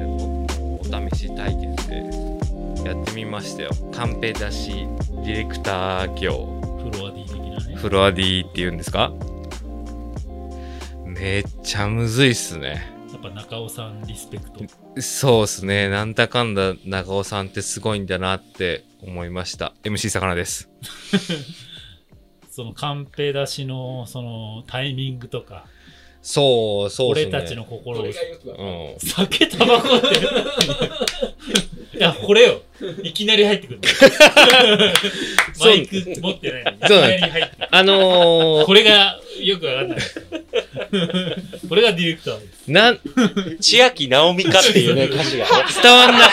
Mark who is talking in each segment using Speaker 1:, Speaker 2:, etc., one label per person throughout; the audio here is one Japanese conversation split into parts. Speaker 1: お試し体験でやってみましたよカンペ出しディレクター業
Speaker 2: フロア D 的なね。
Speaker 1: フロア D っていうんですかめっちゃむずいっすね
Speaker 2: やっぱ中尾さんリスペクト。
Speaker 1: そうっすねなんだかんだ長尾さんってすごいんだなって思いました MC さかなです
Speaker 2: そのカンペ出しのそのタイミングとか、
Speaker 1: そうそうっすね
Speaker 2: 俺たちの心を。
Speaker 1: うん
Speaker 2: 酒、タバコって。いや、これよ。いきなり入ってくる。マイク持ってないのに。いき
Speaker 1: そう
Speaker 2: なり入ってくる。
Speaker 1: あの
Speaker 2: これがよくわかんないですよ。これがディレクターです。
Speaker 1: ー、なん、
Speaker 3: 千秋直美かってい うね、歌詞がね。
Speaker 1: 伝わんな、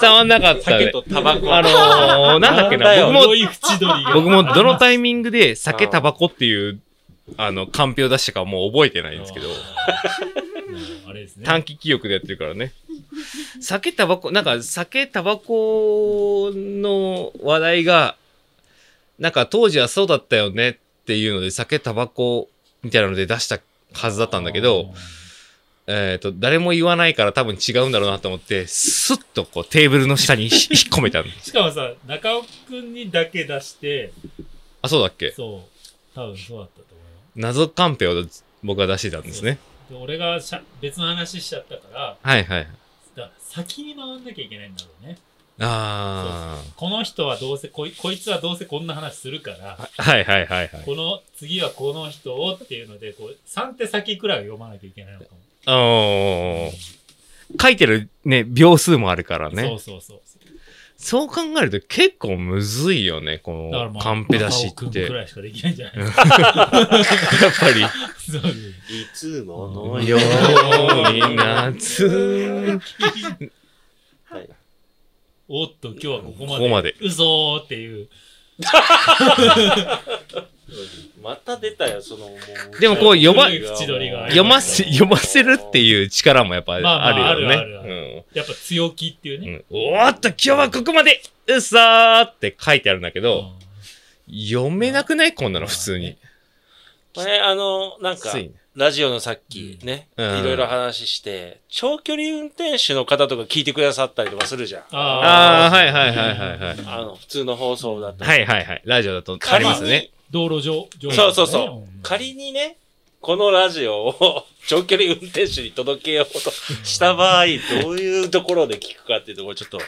Speaker 1: 伝わんなかった
Speaker 3: 酒
Speaker 1: ね。
Speaker 3: とタバコ。
Speaker 1: あのー、なんだっけな、
Speaker 3: なんだよ
Speaker 1: 僕も
Speaker 2: 黒い縁取りが。
Speaker 1: 僕もどのタイミングで酒、タバコっていう、あの、カンペを出したかもう覚えてないんですけど、
Speaker 2: あーあれですね。
Speaker 1: 短期記憶でやってるからね。酒、タバコ、なんか酒、タバコの話題が、なんか当時はそうだったよねっていうので、酒、タバコみたいなので出したはずだったんだけど、えっ、と、誰も言わないから多分違うんだろうなと思って、スッとこうテーブルの下に 引っ込めたの。
Speaker 2: しかもさ、中尾くんにだけ出して、
Speaker 1: あ、そうだっけ
Speaker 2: そう、多分そうだったと思うよ。
Speaker 1: 謎カンペを僕は出してたんですね。
Speaker 2: で俺がしゃ別の話しちゃったから、
Speaker 1: はいはい。
Speaker 2: だから先に回んなきゃいけないんだろうね。
Speaker 1: あ
Speaker 2: この人はどうせこい、こいつはどうせこんな話するから、
Speaker 1: あ。はいはいはいはい。
Speaker 2: この次はこの人をっていうので、こう3手先くらいは読まなきゃいけないのかも。
Speaker 1: お書いてるね、秒数もあるから
Speaker 2: そう
Speaker 1: ね。
Speaker 2: そうそう。
Speaker 1: そう考えると結構むずいよね、こ
Speaker 2: だから
Speaker 1: の
Speaker 2: まあ、
Speaker 1: カンペ出し
Speaker 2: 中尾
Speaker 1: って。
Speaker 2: くんく
Speaker 1: やっ
Speaker 2: らいしかできないんじゃない
Speaker 1: ぱり。
Speaker 2: そういう。
Speaker 3: いつものよう
Speaker 1: み
Speaker 3: に
Speaker 1: ん
Speaker 3: な。
Speaker 1: な、つ
Speaker 3: はい
Speaker 2: おっと、今日はここまで。
Speaker 1: ここまで
Speaker 2: 嘘ーっていう。
Speaker 3: また出たよ、その、も
Speaker 1: でもこう呼ば
Speaker 2: 縁取りが
Speaker 1: 読ませ、読ませるって
Speaker 3: う。
Speaker 1: いう力もやっぱ
Speaker 2: まあまあ
Speaker 1: あるよね。
Speaker 2: あるあるやっぱ強気っていう
Speaker 1: うん
Speaker 2: ね。
Speaker 1: うんおーっと、今日はここまでうさーって書いてあるんだけど、
Speaker 2: うん
Speaker 1: 読めなくないこんなの普通に。
Speaker 3: これ、あの、なんか
Speaker 1: つ、いに
Speaker 3: ラジオのさっきね、い
Speaker 1: うん
Speaker 3: ろいろ話して、長距離運転手の方とか聞いてくださったりとかするじゃん。
Speaker 1: ああ、
Speaker 2: ああ、
Speaker 1: はいはいはいはいはい。
Speaker 3: あの、普通の放送だったり。
Speaker 1: はいはいはい。ラジオだとありますね。
Speaker 2: 道路上、上。
Speaker 3: そうそうそううん仮にね、このラジオを 長距離運転手に届けようとした 場合、どういうところで聞くかっていうところ、ちょっと、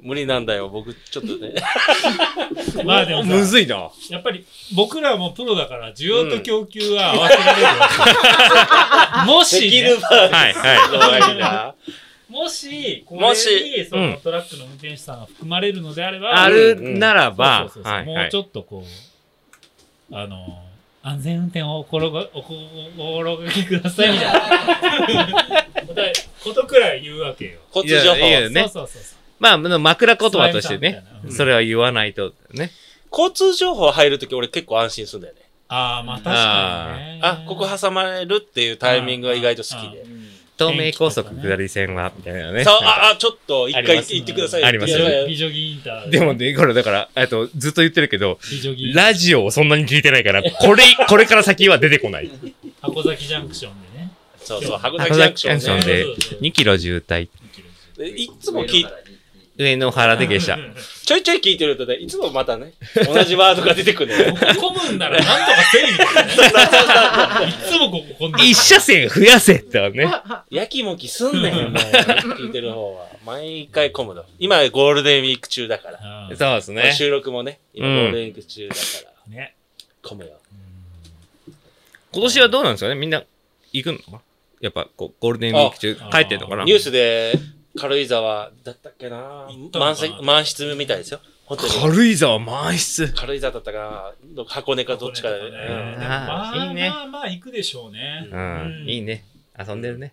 Speaker 3: 無理なんだよ。僕、ちょっと ね。
Speaker 2: まあでもさ
Speaker 1: むずいな。
Speaker 2: やっぱり僕らもプロだから需要と供給は合わせられるよ、も
Speaker 3: セ
Speaker 2: し
Speaker 3: キ
Speaker 2: ね、
Speaker 3: ルバー
Speaker 1: はい
Speaker 3: グ の
Speaker 1: は
Speaker 3: 終わりだ。
Speaker 2: もし、こ
Speaker 3: も
Speaker 2: れに
Speaker 3: し
Speaker 2: そのトラックの運転手さんが含まれるのであれ
Speaker 1: い。
Speaker 2: ば、
Speaker 1: あるならば、
Speaker 2: そうそうそうそう
Speaker 1: はい
Speaker 2: も
Speaker 1: は
Speaker 2: うち
Speaker 1: い。
Speaker 2: ょっとこう、あの、安全運転をお心がお心がけくださいみたいな答えことくらい言うわけよ。
Speaker 3: 交通情報
Speaker 1: い。やいやね
Speaker 2: そうそうそうそう。
Speaker 1: まあ、あの枕言葉としてね
Speaker 2: スマイルさんみたいな、うん
Speaker 1: それは言わないとね。
Speaker 3: 交通情報入るとき俺結構安心するんだよね。
Speaker 2: ああ、まあ確かにね。
Speaker 3: あ、ここ挟まれるっていうタイミングが意外と好きで。
Speaker 1: 東名高速下り線は、みたいなね。
Speaker 3: そ
Speaker 1: な
Speaker 3: う、
Speaker 1: んか
Speaker 3: あ、あ、ちょっと一
Speaker 1: あり
Speaker 3: 回
Speaker 1: ま
Speaker 3: 行
Speaker 1: す
Speaker 3: ってください。
Speaker 1: あります
Speaker 3: いやいや
Speaker 2: 美女ギインタ ー。
Speaker 1: でも、ね、これだから、えっと、ずっと言ってるけど、
Speaker 2: 美女ギ
Speaker 1: ラジオをそんなに聞いてないから、これ、 これから先は出てこない。
Speaker 2: 箱崎ジャンクションでね。
Speaker 3: そうそう、箱
Speaker 1: 箱
Speaker 3: 崎ジャン
Speaker 1: 崎
Speaker 3: ク
Speaker 1: ジ
Speaker 3: シ
Speaker 1: ャンクショ
Speaker 3: ョン
Speaker 1: ン
Speaker 3: ね。
Speaker 1: で
Speaker 2: そうそうそう
Speaker 1: 2キロ渋滞、
Speaker 3: でいつも聞い
Speaker 1: 上野原で下車。
Speaker 3: ちょいちょい聞いてるとね、いつもまたね、同じワードが出てくるのよ。
Speaker 2: 混むんならなんとかせいみたいなね。いつもここ混んでる
Speaker 1: 一車線増やせってね。
Speaker 3: やきもきすんねん、もう。聞いてる方は。毎回混むの。今、ゴールデンウィーク中だから。
Speaker 2: あー
Speaker 1: そうですね。
Speaker 3: 収録もね、今、
Speaker 1: う
Speaker 3: ゴ
Speaker 1: ん
Speaker 3: ールデンウィーク中だから、
Speaker 2: ね。
Speaker 3: 混むよ。
Speaker 1: 今年はどうなんですかねみんな行くのかなやっぱこうゴールデンウィーク中
Speaker 2: あ
Speaker 1: 帰ってんのかな
Speaker 3: ニュースで、軽井沢だったっけな
Speaker 2: 行ったのか
Speaker 3: 満
Speaker 2: な
Speaker 3: 席満室みたいですよ。ホテル。
Speaker 1: 軽井沢満室。
Speaker 3: 軽井沢だったかな箱根かどっちかで。
Speaker 2: ね
Speaker 3: うん
Speaker 1: あー
Speaker 2: まあ
Speaker 1: いいね
Speaker 2: まあまあ行くでしょうね。
Speaker 1: うん、
Speaker 2: うん
Speaker 1: いいね。遊んでるね。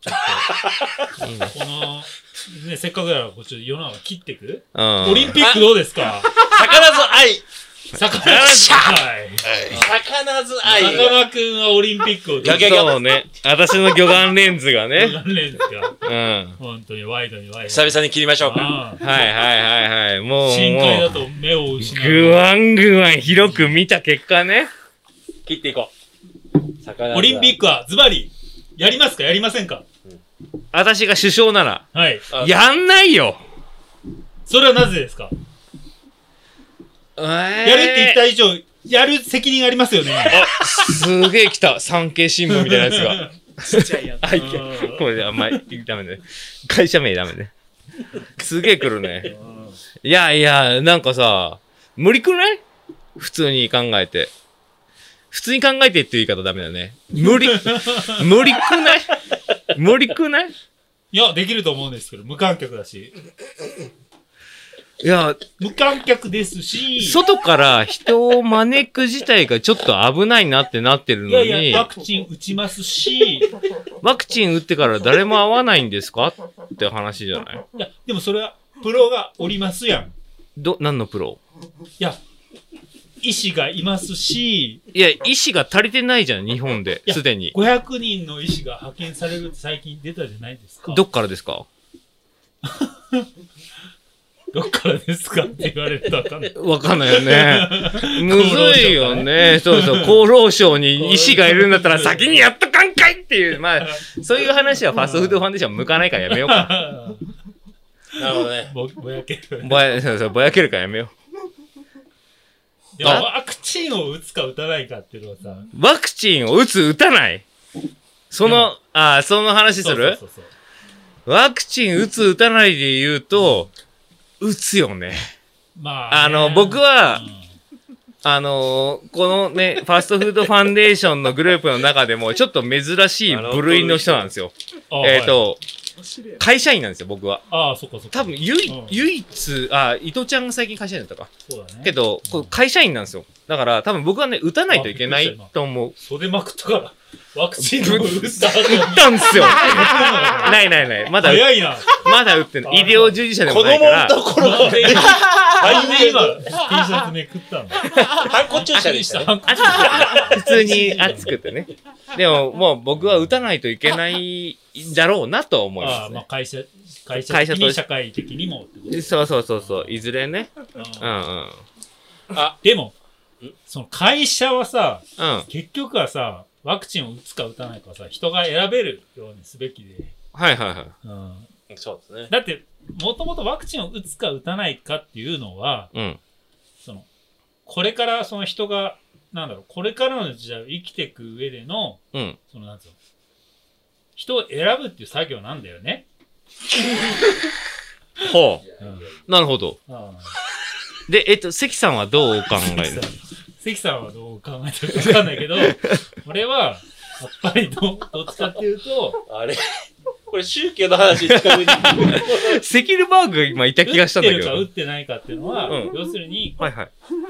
Speaker 2: ちょっと、この、ね、せっかくだから、こうちょっと世の中切っていく
Speaker 1: うん。
Speaker 2: オリンピックどうですか
Speaker 3: 魚ず愛
Speaker 2: 魚
Speaker 3: しゃ
Speaker 2: はい
Speaker 3: 魚ず愛
Speaker 2: 中間くんはオリンピックを
Speaker 3: や
Speaker 2: ど
Speaker 3: け
Speaker 1: そうね。私の魚眼レンズが
Speaker 2: う
Speaker 1: ね。
Speaker 2: なんですか
Speaker 1: うん。はい
Speaker 2: 本当にワイドにワイド
Speaker 3: 久
Speaker 2: に。
Speaker 3: 々に切りましょうか。
Speaker 2: ああ
Speaker 1: はいはいはい。もう、
Speaker 2: 深海
Speaker 1: も
Speaker 2: だ
Speaker 1: う、
Speaker 2: と目を失
Speaker 1: ぐ
Speaker 2: う。
Speaker 1: わんぐわん広く見た結果ね。
Speaker 3: 切っていこう。魚ず愛
Speaker 2: オリンピックはズバリ、やりますかやりませんか
Speaker 1: 私が首相なら、
Speaker 2: はい。
Speaker 3: あ
Speaker 1: やんないよ
Speaker 2: それはなぜですか
Speaker 1: や
Speaker 2: やるって言った以上、やる責任がありますよね。
Speaker 1: すげえ来た。産経新聞みたいなや
Speaker 4: ちっちゃいやつ
Speaker 1: つが。あ、いけ。これであんまり、ダメね。会社名ダメね。すげえ来るね。いやいや、なんかさ、無理くない普通に考えて。普通に考えてっていう言い方ダメだね。無理、無理くない無理くない
Speaker 2: いや、できると思うんですけど、無観客だし。
Speaker 1: いや、
Speaker 2: 無観客ですし、
Speaker 1: 外から人を招く自体がちょっと危ないなってなってる
Speaker 2: い
Speaker 1: の
Speaker 2: や
Speaker 1: に。
Speaker 2: いや、ワクチン打ちますし、い
Speaker 1: ワクチン打ってから誰も会わないんですかって話じゃない
Speaker 2: や、でもそれは、プロがおりますやん。い
Speaker 1: ど、何のプロ
Speaker 2: や、医師がいますし、
Speaker 1: いや、医師が足りてないじゃん、日本で。
Speaker 2: いや
Speaker 1: すでに。
Speaker 2: 500人の医師が派遣されるって最近出たじゃないですか。
Speaker 1: どっからですか
Speaker 2: どっからですかって言われるとわか んない。
Speaker 1: わかんないよ ね。むずいよね。そうそう。厚労省に医師がいるんだったら先にやっとかんかいっていう。まあ、そういう話はファストフードファンデーション向かないからやめよう か。
Speaker 3: なるほどね。
Speaker 2: ぼぼやける。
Speaker 1: ぼや、そうそう、ぼやけるからやめよ
Speaker 2: でも
Speaker 1: あ
Speaker 2: ワクチンを打つか打たないかっていうのはさ、
Speaker 1: う。ワクチンを打つ、打たないその、ああ、その話する
Speaker 2: そうそうそう
Speaker 1: ワクチン打つ、打たないで言うと、打つよね。
Speaker 2: まあ、
Speaker 1: あの、僕、は
Speaker 2: うん、
Speaker 1: あのーこのね、 ファストフードファンデーションのグループの中でも、ちょっと珍しい部類の人なんですよ。
Speaker 2: あ
Speaker 1: えっ、
Speaker 2: はい
Speaker 1: と、
Speaker 4: 面白いや
Speaker 1: 会社員なんですよ、僕は。
Speaker 2: ああ、そっかそっか。
Speaker 1: 多分、ゆい、
Speaker 2: うん
Speaker 1: 唯一、あ、伊藤ちゃんが最近会社員だったか。
Speaker 2: そうだね。
Speaker 1: けど、こう会社員なんですよ。だから、多分僕はね、打たないといけないと思う。
Speaker 2: 袖まくったから、ワクチンを打った後に
Speaker 1: 打ったんですよないないない。まだ、
Speaker 2: 早いな。
Speaker 1: まだ打ってない。医療従事者で
Speaker 3: 子
Speaker 1: もない
Speaker 3: 供
Speaker 1: か
Speaker 3: の
Speaker 1: ら。
Speaker 3: ところが全員、
Speaker 2: あんで今、
Speaker 3: ハ
Speaker 2: T シャツめくったの。
Speaker 3: ンコ注射でしたね。
Speaker 2: あ
Speaker 1: 普通に暑くてね。でも、もう僕は打たないといけないだろうなと思いま
Speaker 2: あ、
Speaker 1: す
Speaker 2: まあ
Speaker 1: ね。
Speaker 2: 会社、会社
Speaker 1: 会社
Speaker 2: 的
Speaker 1: と
Speaker 2: に社会的にもってこと
Speaker 1: そうそうそうそう。いずれね。うんうん。
Speaker 2: でも、その会社はさ、
Speaker 1: うん。
Speaker 2: 結局はさ、ワクチンを打つか打たないかはさ、人が選べるようにすべきで。
Speaker 1: はいはいはい。
Speaker 2: うん
Speaker 3: そうですね。
Speaker 2: だって、もともとワクチンを打つか打たないかっていうのは、
Speaker 1: うん。
Speaker 2: その、これからその人が、なんだろう、これからの時代を生きていく上での、
Speaker 1: うん。
Speaker 2: その、なんつうの、人を選ぶっていう作業なんだよね。
Speaker 1: ほ
Speaker 2: うん
Speaker 1: う。なるほど。
Speaker 2: ああ
Speaker 1: で、えっと、関さんはどうお考え
Speaker 2: 関
Speaker 1: で
Speaker 2: さん
Speaker 1: す
Speaker 2: 関さんはどう考えてるか分かんない けど、俺は、やっぱりど、どっちかっていうと、
Speaker 3: あれ これ宗教の話に 近づいてくる
Speaker 1: セキルバーグが今いた気がしたんだけど。
Speaker 2: 打
Speaker 1: は
Speaker 2: ってるか打ってないかっていうのは、
Speaker 1: うん
Speaker 2: 要するに、
Speaker 1: いはい。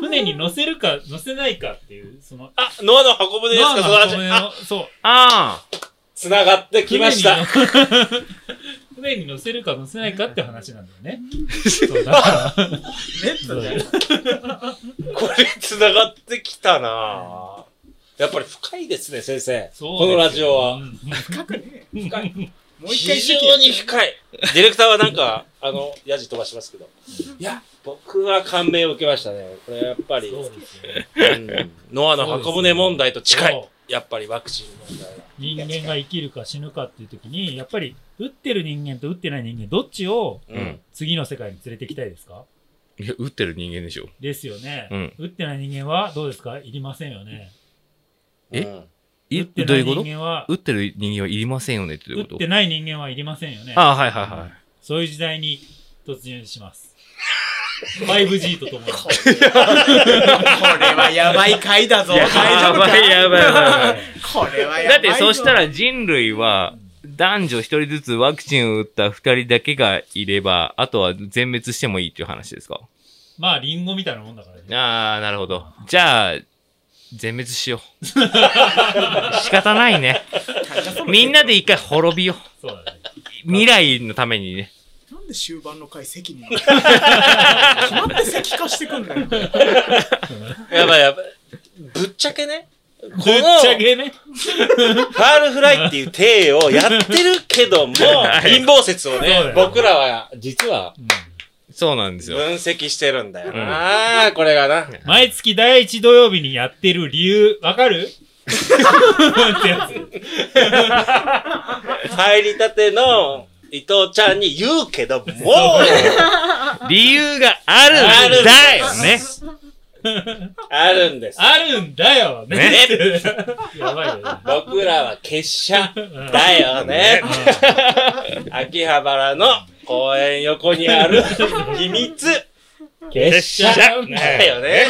Speaker 2: 船に乗せるか乗せないかっていう、その、
Speaker 3: あ、ノアの箱舟ですか、その
Speaker 2: ノア
Speaker 3: 話。
Speaker 2: の
Speaker 3: あ、
Speaker 2: 箱舟のそう、
Speaker 1: ああ。
Speaker 3: 繋がってきました。
Speaker 2: 船に乗。 船に乗せるか乗せないかって話なんだよ ね。そうだから、
Speaker 4: ネットじゃん。
Speaker 3: これ繋がってきたなぁやっぱり深いですね、先生。
Speaker 2: そう
Speaker 3: このラジオは。
Speaker 2: うん
Speaker 4: 深くね。深い。もう一回
Speaker 3: 非
Speaker 4: 時期
Speaker 3: 常に深い。ディレクターはなんか、あの、ヤジ飛ばしてますけど。いや、僕は感銘を受けましたね。これやっぱり、
Speaker 2: そうですよね。
Speaker 3: うんノアの箱舟問題と近
Speaker 2: そう
Speaker 3: い。やっぱりワクチン問題は。
Speaker 2: 人間が生きるか死ぬかっていう時に、やっぱり、打ってる人間と打ってない人間、どっちを
Speaker 3: うん。
Speaker 2: 次の世界に連れてきたいですか
Speaker 1: いや、打ってる人間でしょ。
Speaker 2: ですよね、
Speaker 1: うん
Speaker 2: 打ってない人間はどうですかいりませんよね。
Speaker 1: え
Speaker 3: うん
Speaker 1: い
Speaker 2: 打って
Speaker 1: どう
Speaker 2: ないいう
Speaker 1: こ
Speaker 2: 人
Speaker 1: と
Speaker 2: 間は、
Speaker 1: 打ってる人間はいりませんよねってどう
Speaker 2: 打
Speaker 1: い
Speaker 2: っ
Speaker 1: うこと
Speaker 2: てない人間はいりませんよね。
Speaker 1: ああ、はいはいはい。
Speaker 2: そういう時代に突入します。5G とともに。
Speaker 4: これはやばい回だぞ。大丈
Speaker 1: や
Speaker 4: 夫か
Speaker 1: ばいやばいやばい。
Speaker 4: これはやば
Speaker 1: だ
Speaker 4: い
Speaker 1: って
Speaker 4: ぞ。
Speaker 1: そしたら人類は男女一人ずつワクチンを打った二人だけがいれば、あとは全滅してもいいっていう話ですか
Speaker 2: まあ、リンゴみたいなもんだからね。
Speaker 1: ああ、なるほ ど。じゃあ、全滅しよう。仕方ないね。
Speaker 4: 確かそれ
Speaker 1: みんなで一回滅びよう。
Speaker 2: そうだね。
Speaker 1: 未来のためにね。
Speaker 4: なんで終盤の回席になる決まって席化してくんだよ。
Speaker 3: やばいやばい。ぶっちゃけね。こ
Speaker 2: ぶっちゃ
Speaker 3: の、
Speaker 2: けね。
Speaker 3: ファールフライっていう体をやってるけども、貧乏説を
Speaker 2: そうだ
Speaker 3: ね
Speaker 2: よ、
Speaker 3: 僕らは、実は、
Speaker 1: そうなんです
Speaker 3: 分
Speaker 1: よ。
Speaker 3: 析してるんだよな。これがな。
Speaker 2: 毎月第一土曜日にやってる理由、わかる ってやつ。
Speaker 3: 入りたての伊藤ちゃんに言うけども、
Speaker 1: 理由があるん
Speaker 3: あるん
Speaker 1: だ
Speaker 3: だ
Speaker 1: よ
Speaker 3: よ
Speaker 1: ね。
Speaker 3: あるんです。
Speaker 2: あるんだよね。
Speaker 1: ね
Speaker 2: やばいよね。
Speaker 3: 僕らは結社だよね。秋葉原の公園横にある秘密
Speaker 2: 結
Speaker 1: 社
Speaker 2: 社
Speaker 3: だよね。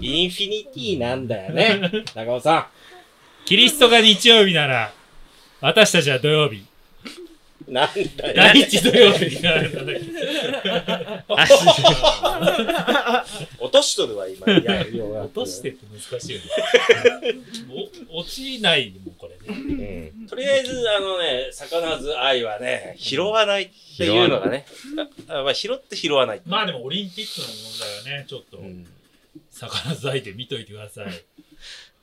Speaker 3: インフィニティなんだよね。高尾さ
Speaker 2: キリストが日曜日なら、私たちは土曜日。
Speaker 3: ん。なんだよ。
Speaker 2: 第一土曜日になるんだけ
Speaker 3: 落としとるわ、今。いやいや
Speaker 2: ど。落としてって難しいよね。お落ちないもん、これね。
Speaker 3: うんとりあえず、あのね、魚ず愛はね、拾わないっていうのがね。あまあ、拾って拾わない。
Speaker 2: まあでもオリンピックの問題はね、ちょっと、魚材で見といてください。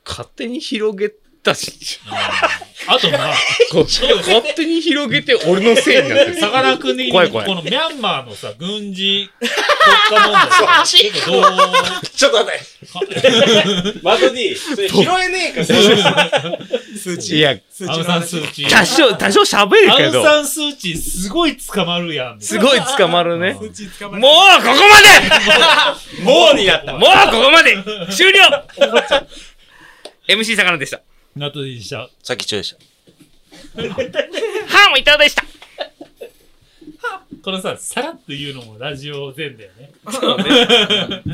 Speaker 1: 勝手に広げたし、
Speaker 2: あとまあ、
Speaker 1: こ勝手に広げて俺のせいになってる。
Speaker 2: さかなクン的に
Speaker 1: 怖い怖い
Speaker 2: このミャンマーのさ、軍事国家問題は結構どう、
Speaker 3: ちょっと待 って。マトディ、それ拾えねえか、そ れ
Speaker 4: 数値。
Speaker 1: いや、
Speaker 4: 数
Speaker 2: アウ
Speaker 4: 値
Speaker 2: サンスーチー。
Speaker 1: 多少、多少喋る
Speaker 2: ア
Speaker 1: け
Speaker 2: ウ
Speaker 1: ど、
Speaker 2: サンスーチーすごい捕まるやん。
Speaker 1: すごい捕まるね。もう
Speaker 4: 数値捕
Speaker 1: ここ
Speaker 4: ま
Speaker 1: ま
Speaker 4: え
Speaker 1: で
Speaker 3: もうになった。
Speaker 1: もうここまで終了 !MC 魚でした。
Speaker 2: ナトディでした。
Speaker 3: さっき注意した。
Speaker 1: ハーもいただでした
Speaker 2: このさ、さらっと言うのもラジオ前だよね。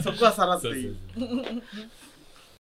Speaker 4: そこはさらっていい。